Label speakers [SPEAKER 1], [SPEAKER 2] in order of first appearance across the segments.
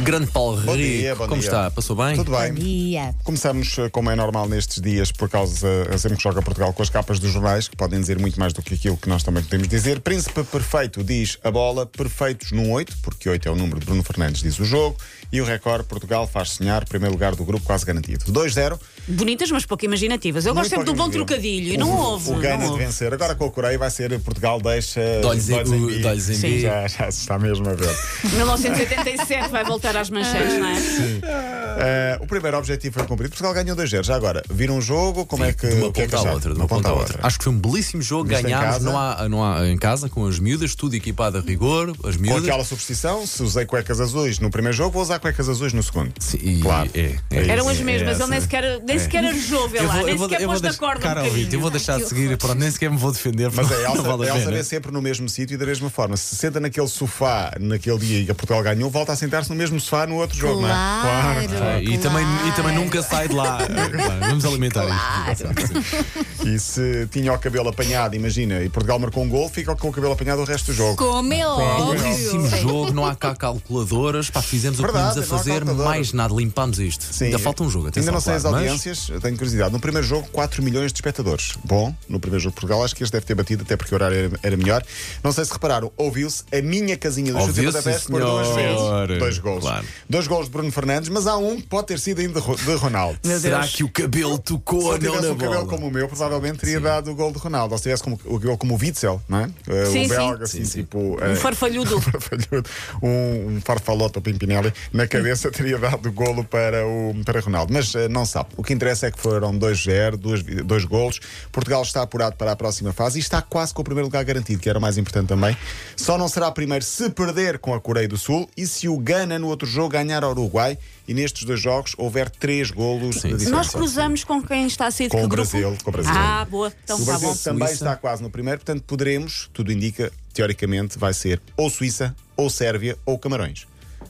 [SPEAKER 1] Grande Paulo
[SPEAKER 2] Bom
[SPEAKER 1] Rico,
[SPEAKER 2] dia, bom
[SPEAKER 1] como
[SPEAKER 2] dia.
[SPEAKER 1] está? Passou bem?
[SPEAKER 2] Tudo
[SPEAKER 3] Bom
[SPEAKER 2] bem.
[SPEAKER 3] dia.
[SPEAKER 2] Começamos, eh, como é normal nestes dias, por causa eh, sempre que joga Portugal, com as capas dos jornais, que podem dizer muito mais do que aquilo que nós também podemos dizer. Príncipe Perfeito diz a bola, perfeitos num 8, porque 8 é o número de Bruno Fernandes, diz o jogo. E o recorde, Portugal faz sonhar, primeiro lugar do grupo quase garantido. 2-0.
[SPEAKER 4] Bonitas, mas pouco imaginativas. Eu
[SPEAKER 2] Muito
[SPEAKER 4] gosto sempre do um bom
[SPEAKER 2] organizado.
[SPEAKER 4] trocadilho.
[SPEAKER 2] é O-
[SPEAKER 4] E não houve.
[SPEAKER 2] O ganho
[SPEAKER 4] não
[SPEAKER 2] de
[SPEAKER 4] houve.
[SPEAKER 2] vencer. Agora com a Coreia vai ser Portugal deixa.
[SPEAKER 1] Dói-lhes em- o-
[SPEAKER 2] bi.
[SPEAKER 1] dói-lhes em
[SPEAKER 2] Sim,
[SPEAKER 1] bi.
[SPEAKER 2] Já, já se está mesmo a ver.
[SPEAKER 4] 1987 vai voltar às manchetes, não é?
[SPEAKER 2] Eh, o primeiro objetivo foi cumprido. Portugal ganhou 2-0. Já agora, viram um jogo? Como é que.
[SPEAKER 1] de uma
[SPEAKER 2] o que é que
[SPEAKER 1] ponta à
[SPEAKER 2] acharam?
[SPEAKER 1] outra, de
[SPEAKER 2] De
[SPEAKER 1] uma ponta à outra. Acho que foi um belíssimo jogo,
[SPEAKER 2] Viste em
[SPEAKER 1] ganhámos
[SPEAKER 2] casa?
[SPEAKER 1] não há, não há, em casa com as miúdas, tudo equipado a rigor, as
[SPEAKER 2] Com
[SPEAKER 1] miúdas.
[SPEAKER 2] aquela superstição, se usei cuecas azuis no primeiro jogo, vou usar cuecas azuis no segundo.
[SPEAKER 1] Sim, e-
[SPEAKER 2] claro. assim.
[SPEAKER 1] é, é
[SPEAKER 2] isso.
[SPEAKER 4] Eram as
[SPEAKER 1] É
[SPEAKER 4] mesmas,
[SPEAKER 1] essa.
[SPEAKER 4] ele nem sequer, nem sequer arejou, vê
[SPEAKER 1] Eu
[SPEAKER 4] lá,
[SPEAKER 1] vou- eu
[SPEAKER 4] nem
[SPEAKER 1] vou-
[SPEAKER 4] sequer
[SPEAKER 1] eu vou
[SPEAKER 4] pôs da
[SPEAKER 1] deixar-
[SPEAKER 4] corda.
[SPEAKER 1] Cara,
[SPEAKER 4] um
[SPEAKER 1] ouvinte, eu
[SPEAKER 4] bocadinho.
[SPEAKER 1] vou deixar de seguir, pronto, nem sequer me vou defender,
[SPEAKER 2] Mas a
[SPEAKER 1] porque
[SPEAKER 2] Elsa,
[SPEAKER 1] não vale
[SPEAKER 2] a
[SPEAKER 1] a
[SPEAKER 2] Elsa
[SPEAKER 1] pena.
[SPEAKER 2] vê sempre no mesmo sítio e da mesma forma. Se senta naquele sofá naquele dia e que Portugal ganhou, volta a sentar-se no mesmo sofá no outro jogo, não é?
[SPEAKER 3] Claro,
[SPEAKER 1] Ah, e,
[SPEAKER 3] claro.
[SPEAKER 1] também, e também nunca sai de lá. Vamos alimentar isto.
[SPEAKER 2] E se tinha o cabelo apanhado, imagina, e Portugal marcou um gol, fica com o cabelo apanhado o resto do jogo.
[SPEAKER 3] Como é
[SPEAKER 1] Belíssimo
[SPEAKER 3] óbvio.
[SPEAKER 1] jogo, não há cá calculadoras, pá, fizemos o que
[SPEAKER 2] Verdade,
[SPEAKER 1] tínhamos a
[SPEAKER 2] não há
[SPEAKER 1] fazer,
[SPEAKER 2] calculadoras.
[SPEAKER 1] mais nada, limpámos isto. ainda falta um jogo, atenção.
[SPEAKER 2] Ainda não sei as
[SPEAKER 1] claro, mas-
[SPEAKER 2] audiências, eu tenho curiosidade. No primeiro jogo, 4 milhões de espectadores. Bom, no primeiro jogo de Portugal, acho que este deve ter batido, até porque o horário era, era melhor. Não sei se repararam, ouviu-se a minha casinha do chute e
[SPEAKER 1] Ouviu-se,
[SPEAKER 2] pontapés por duas
[SPEAKER 1] senhor.
[SPEAKER 2] vezes. Dois gols.
[SPEAKER 1] Claro.
[SPEAKER 2] Dois gols de Bruno Fernandes, mas há um que pode ter sido ainda de Ro- de Ronaldo.
[SPEAKER 1] Será que o cabelo tocou
[SPEAKER 2] Se
[SPEAKER 1] ou
[SPEAKER 2] eu
[SPEAKER 1] não
[SPEAKER 2] tivesse
[SPEAKER 1] na
[SPEAKER 2] um cabelo
[SPEAKER 1] bola?
[SPEAKER 2] como o meu, provavelmente teria dado o gol de Ronaldo. Ou se tivesse como, o, como o Witzel, não é? Eh,
[SPEAKER 4] Sim,
[SPEAKER 2] o
[SPEAKER 4] sim.
[SPEAKER 2] belga, assim, tipo. eh,
[SPEAKER 4] Um farfalhudo.
[SPEAKER 2] farfalhudo, um, um farfalote ao Pimpinelli na cabeça teria dado o golo para, o, para Ronaldo. Mas eh, não sabe. O que interessa é que foram 2-0, dois, dois golos. Portugal está apurado para a próxima fase e está quase com o primeiro lugar garantido, que era o mais importante também. Só não será primeiro se perder com a Coreia do Sul e se o Gana no outro jogo ganhar ao Uruguai e nestes dois jogos houver três golos
[SPEAKER 1] Sim,
[SPEAKER 2] de
[SPEAKER 1] sim.
[SPEAKER 4] Nós
[SPEAKER 2] diferença.
[SPEAKER 4] cruzamos com quem está a sair de
[SPEAKER 2] Com
[SPEAKER 4] que
[SPEAKER 2] o
[SPEAKER 4] grupo?
[SPEAKER 2] Brasil, com o Brasil.
[SPEAKER 4] Ah, boa. Então
[SPEAKER 2] O
[SPEAKER 4] está
[SPEAKER 2] Brasil
[SPEAKER 4] bom.
[SPEAKER 2] também
[SPEAKER 1] Tá Suíça.
[SPEAKER 2] está quase no primeiro, portanto poderemos, tudo indica, teoricamente, vai ser ou Suíça, ou Sérvia, ou Camarões.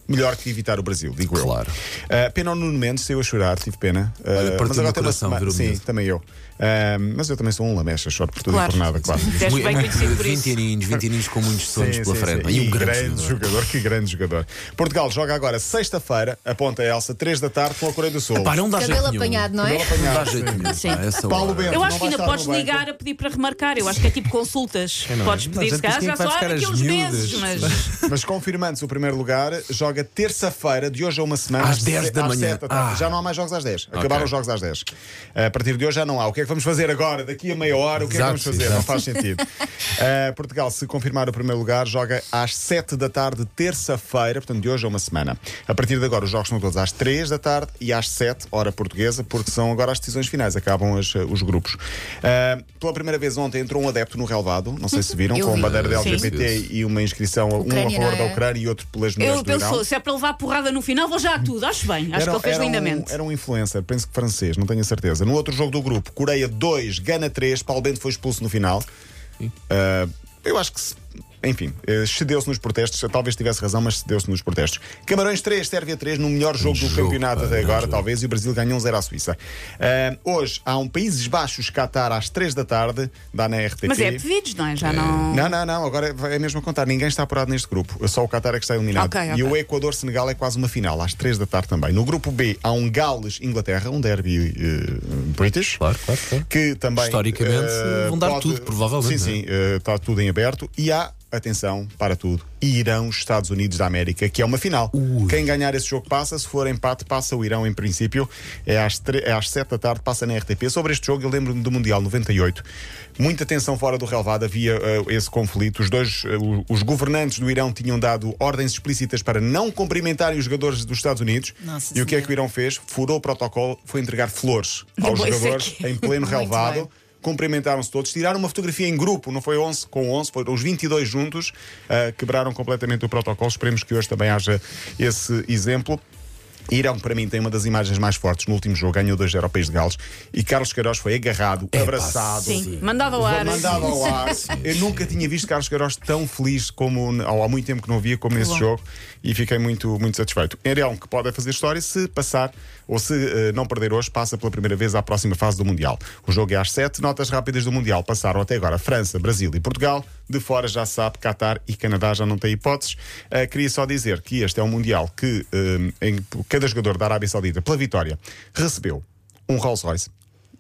[SPEAKER 2] Melhor que evitar o Brasil, digo
[SPEAKER 1] Claro.
[SPEAKER 2] eu. Ah, pena ao Nuno Mendes, saiu a chorar, tive pena. Ah,
[SPEAKER 1] partiu-me
[SPEAKER 2] mas agora
[SPEAKER 1] o
[SPEAKER 2] tem uma
[SPEAKER 1] coração
[SPEAKER 2] sema-
[SPEAKER 1] ver o
[SPEAKER 2] Sim,
[SPEAKER 1] miúdo.
[SPEAKER 2] também eu. Ah, mas eu também sou um lamecha, choro por tudo
[SPEAKER 4] Claro.
[SPEAKER 2] e por nada, claro.
[SPEAKER 4] Deste bem conhecido por
[SPEAKER 1] 20
[SPEAKER 4] isso.
[SPEAKER 1] aninhos, 20 aninhos com muitos sonhos
[SPEAKER 2] Sim,
[SPEAKER 1] pela
[SPEAKER 2] sim,
[SPEAKER 1] frente.
[SPEAKER 2] sim.
[SPEAKER 1] E um grande jogador.
[SPEAKER 2] jogador. que grande jogador. Portugal joga agora sexta-feira, aponta a Elsa, 3 da tarde, com a Coreia do Sul.
[SPEAKER 1] Pá, não dá
[SPEAKER 3] Cabelo
[SPEAKER 1] jeito nenhum.
[SPEAKER 3] apanhado, não é?
[SPEAKER 2] Cabelo apanhado,
[SPEAKER 1] Não dá
[SPEAKER 2] sim.
[SPEAKER 1] jeito nenhum.
[SPEAKER 4] Sim.
[SPEAKER 1] pá, essa
[SPEAKER 2] Paulo
[SPEAKER 1] hora.
[SPEAKER 2] Bento.
[SPEAKER 4] Eu
[SPEAKER 2] Não
[SPEAKER 4] acho que
[SPEAKER 2] vai
[SPEAKER 4] ainda
[SPEAKER 2] estar
[SPEAKER 4] podes
[SPEAKER 2] no banco.
[SPEAKER 4] ligar a pedir para remarcar. Eu acho que é tipo consultas.
[SPEAKER 1] não é?
[SPEAKER 4] Podes
[SPEAKER 1] Mas
[SPEAKER 4] pedir,
[SPEAKER 1] é
[SPEAKER 4] se calhar
[SPEAKER 1] porque quem
[SPEAKER 4] já só
[SPEAKER 1] vai
[SPEAKER 4] há
[SPEAKER 1] buscar
[SPEAKER 4] daqui
[SPEAKER 1] as
[SPEAKER 4] uns
[SPEAKER 1] miúdas?
[SPEAKER 4] meses, mas.
[SPEAKER 2] Mas confirmando-se o primeiro lugar, joga terça-feira, de hoje a uma semana.
[SPEAKER 1] Às 10 da
[SPEAKER 2] às
[SPEAKER 1] manhã.
[SPEAKER 2] 7 tarde.
[SPEAKER 1] Ah.
[SPEAKER 2] Já não há mais jogos às 10. Acabaram
[SPEAKER 1] Ok.
[SPEAKER 2] os jogos às 10. A partir de hoje já não há. O que é que vamos fazer agora? Daqui a meia hora, o que é
[SPEAKER 1] Exato,
[SPEAKER 2] que vamos fazer?
[SPEAKER 1] exato.
[SPEAKER 2] Não faz sentido. Uh, Portugal, se confirmar o primeiro lugar, joga às 7 da tarde, terça-feira, portanto, de hoje a uma semana. A partir de agora, os jogos são todos às 3 da tarde e às 7, hora portuguesa, porque são agora as decisões finais, acabam as, uh, os grupos. Uh, pela primeira vez ontem entrou um adepto no relvado, não sei se viram,
[SPEAKER 3] Eu
[SPEAKER 2] com
[SPEAKER 3] vi.
[SPEAKER 2] a bandeira da
[SPEAKER 4] Sim.
[SPEAKER 2] LGBT e uma inscrição, um a
[SPEAKER 3] Ucrânia,
[SPEAKER 2] favor
[SPEAKER 3] não
[SPEAKER 2] da
[SPEAKER 3] é?
[SPEAKER 2] Ucrânia e outro pelas mulheres
[SPEAKER 4] Eu
[SPEAKER 2] do Irão.
[SPEAKER 4] pensou, se é para levar porrada no final, vou já a tudo. Acho bem, acho que ele fez
[SPEAKER 2] um-
[SPEAKER 4] lindamente.
[SPEAKER 2] era um influencer, penso que francês, não tenho a certeza. No outro jogo do grupo, Coreia 2, Gana 3, Paulo Bento foi expulso no final. Ah, eu acho que, se- enfim, eh, cedeu-se nos protestos, talvez tivesse razão, mas cedeu-se nos protestos. Camarões 3, Sérvia 3, no melhor jogo do
[SPEAKER 1] jogo,
[SPEAKER 2] campeonato
[SPEAKER 1] pá,
[SPEAKER 2] até
[SPEAKER 1] não
[SPEAKER 2] agora,
[SPEAKER 1] jogo.
[SPEAKER 2] talvez, e o Brasil ganhou um 0 à Suíça. Ah, hoje há um Países Baixos, Qatar, às 3 da tarde, dá na RTP.
[SPEAKER 4] Mas é pedidos, não é? Já não.
[SPEAKER 2] Não, não, não, agora é mesmo a contar. Ninguém está apurado neste grupo. Só o Qatar é que está eliminado.
[SPEAKER 4] Ok,
[SPEAKER 2] E
[SPEAKER 4] ok.
[SPEAKER 2] o Equador-Senegal é quase uma final, às 3 da tarde também. No grupo B há um Gales-Inglaterra, um derby eh, british.
[SPEAKER 1] Claro, claro, claro.
[SPEAKER 2] Que também.
[SPEAKER 1] Historicamente,
[SPEAKER 2] eh,
[SPEAKER 1] vão dar tudo, provavelmente, é?
[SPEAKER 2] Sim, sim, eh, está tudo em aberto. E há, atenção, para tudo, Irão, Estados Unidos da América, que é uma final.
[SPEAKER 1] Ui.
[SPEAKER 2] Quem ganhar esse jogo passa, se for empate, passa o Irão em princípio. É às, tre- é às 7 da tarde, passa na RTP. Sobre este jogo, eu lembro-me do Mundial 98. Muita tensão fora do relvado, havia eh, esse conflito. Os dois, eh, o- os governantes do Irão tinham dado ordens explícitas para não cumprimentarem os jogadores dos Estados Unidos.
[SPEAKER 3] Nossa
[SPEAKER 2] e o que é
[SPEAKER 3] Senhora.
[SPEAKER 2] que o Irão fez? Furou o protocolo, foi entregar flores aos
[SPEAKER 4] Pois é
[SPEAKER 2] jogadores
[SPEAKER 4] que-
[SPEAKER 2] em pleno
[SPEAKER 3] Muito
[SPEAKER 2] relvado.
[SPEAKER 3] bem.
[SPEAKER 2] Cumprimentaram-se todos, tiraram uma fotografia em grupo, não foi 11 com 11, foram os 22 juntos, ah, quebraram completamente o protocolo. Esperemos que hoje também haja esse exemplo. Irão, para mim, tem uma das imagens mais fortes no último jogo, ganhou 2-0 ao País de Gales e Carlos Queiroz foi agarrado, abraçado.
[SPEAKER 4] Sim, mandado ao ar.
[SPEAKER 2] Mandado ao ar. Eu nunca tinha visto Carlos Queiroz tão feliz como n- ou há muito tempo que não via como nesse jogo e fiquei muito, muito satisfeito. Irão que pode fazer história se passar ou se eh, não perder hoje, passa pela primeira vez à próxima fase do Mundial. O jogo é às 7. Notas rápidas do Mundial passaram até agora França, Brasil e Portugal. De fora já se sabe, Qatar e Canadá já não têm hipóteses. Eh, queria só dizer que este é um Mundial que eh, em- cada jogador da Arábia Saudita, pela vitória, recebeu um Rolls Royce.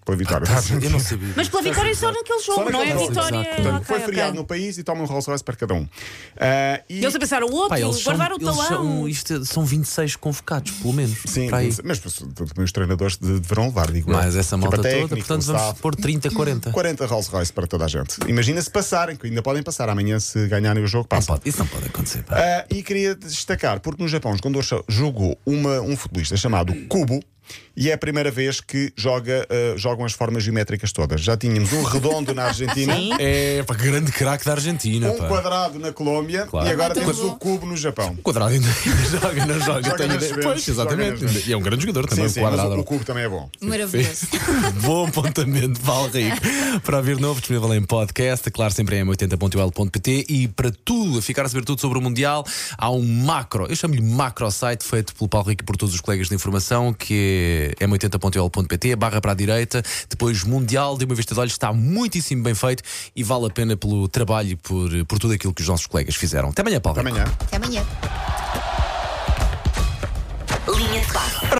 [SPEAKER 2] Pela vitória. um
[SPEAKER 1] Eu não sabia.
[SPEAKER 4] Mas pela vitória só naquele jogo,
[SPEAKER 2] Só
[SPEAKER 4] não é
[SPEAKER 2] naquele jogo,
[SPEAKER 4] vitória.
[SPEAKER 1] exato.
[SPEAKER 2] Portanto,
[SPEAKER 4] Ok,
[SPEAKER 2] foi
[SPEAKER 4] ok.
[SPEAKER 2] feriado no país e toma um Rolls Royce para cada um. Ah, e-
[SPEAKER 4] E eles a pensar, o outro,
[SPEAKER 1] Pá, eles são,
[SPEAKER 4] guardar o
[SPEAKER 1] eles
[SPEAKER 4] talão.
[SPEAKER 1] são, isto é- são 26 convocados, pelo menos.
[SPEAKER 2] Sim,
[SPEAKER 1] para aí.
[SPEAKER 2] mas mas, também os treinadores de- deverão levar, digo eu.
[SPEAKER 1] Mais essa
[SPEAKER 2] Equipa
[SPEAKER 1] malta toda.
[SPEAKER 2] técnica,
[SPEAKER 1] Portanto,
[SPEAKER 2] o
[SPEAKER 1] vamos
[SPEAKER 2] staff.
[SPEAKER 1] pôr 30, 40.
[SPEAKER 2] 40 Rolls Royce para toda a gente. Imagina se passarem, que ainda podem passar. Amanhã, se ganharem o jogo,
[SPEAKER 1] Não
[SPEAKER 2] passam.
[SPEAKER 1] Ah, pode, isso não pode acontecer. pá.
[SPEAKER 2] Ah, e queria destacar, porque no Japão, quando jogou uma, um futebolista chamado Kubo, e é a primeira vez que joga, ah, jogam as formas geométricas todas. Já tínhamos um redondo na Argentina.
[SPEAKER 1] É pá, grande craque da Argentina.
[SPEAKER 2] Um
[SPEAKER 1] pá.
[SPEAKER 2] quadrado na Colômbia
[SPEAKER 1] Claro.
[SPEAKER 2] e agora
[SPEAKER 1] Muito
[SPEAKER 2] temos
[SPEAKER 1] bom.
[SPEAKER 2] o cubo no Japão.
[SPEAKER 1] O quadrado ainda, ainda joga, não joga.
[SPEAKER 2] Joga
[SPEAKER 1] tenho
[SPEAKER 2] nas
[SPEAKER 1] ideia.
[SPEAKER 2] vezes,
[SPEAKER 1] Pois,
[SPEAKER 2] joga
[SPEAKER 1] exatamente.
[SPEAKER 2] nas vezes.
[SPEAKER 1] E é um grande jogador também,
[SPEAKER 2] sim, sim,
[SPEAKER 1] o
[SPEAKER 2] mas
[SPEAKER 1] quadrado.
[SPEAKER 2] o, o cubo também é bom.
[SPEAKER 3] Maravilhoso.
[SPEAKER 1] Bom apontamento, Paulo Rico. Para ouvir novo, disponível em podcast, claro, sempre em m80.ol.pt e para tudo, a ficar a saber tudo sobre o Mundial, há um macro, eu chamo-lhe macro site, feito pelo Paulo Rico e por todos os colegas de informação, que é m80.ol.pt, barra para a direita, depois Mundial, de uma vez de olhos, está muitíssimo bem feito e vale a pena pelo trabalho e por, por tudo aquilo que os nossos colegas fizeram. Até amanhã, Paulo Rico.
[SPEAKER 2] Amanhã.
[SPEAKER 3] Até amanhã.
[SPEAKER 5] Linha de passe.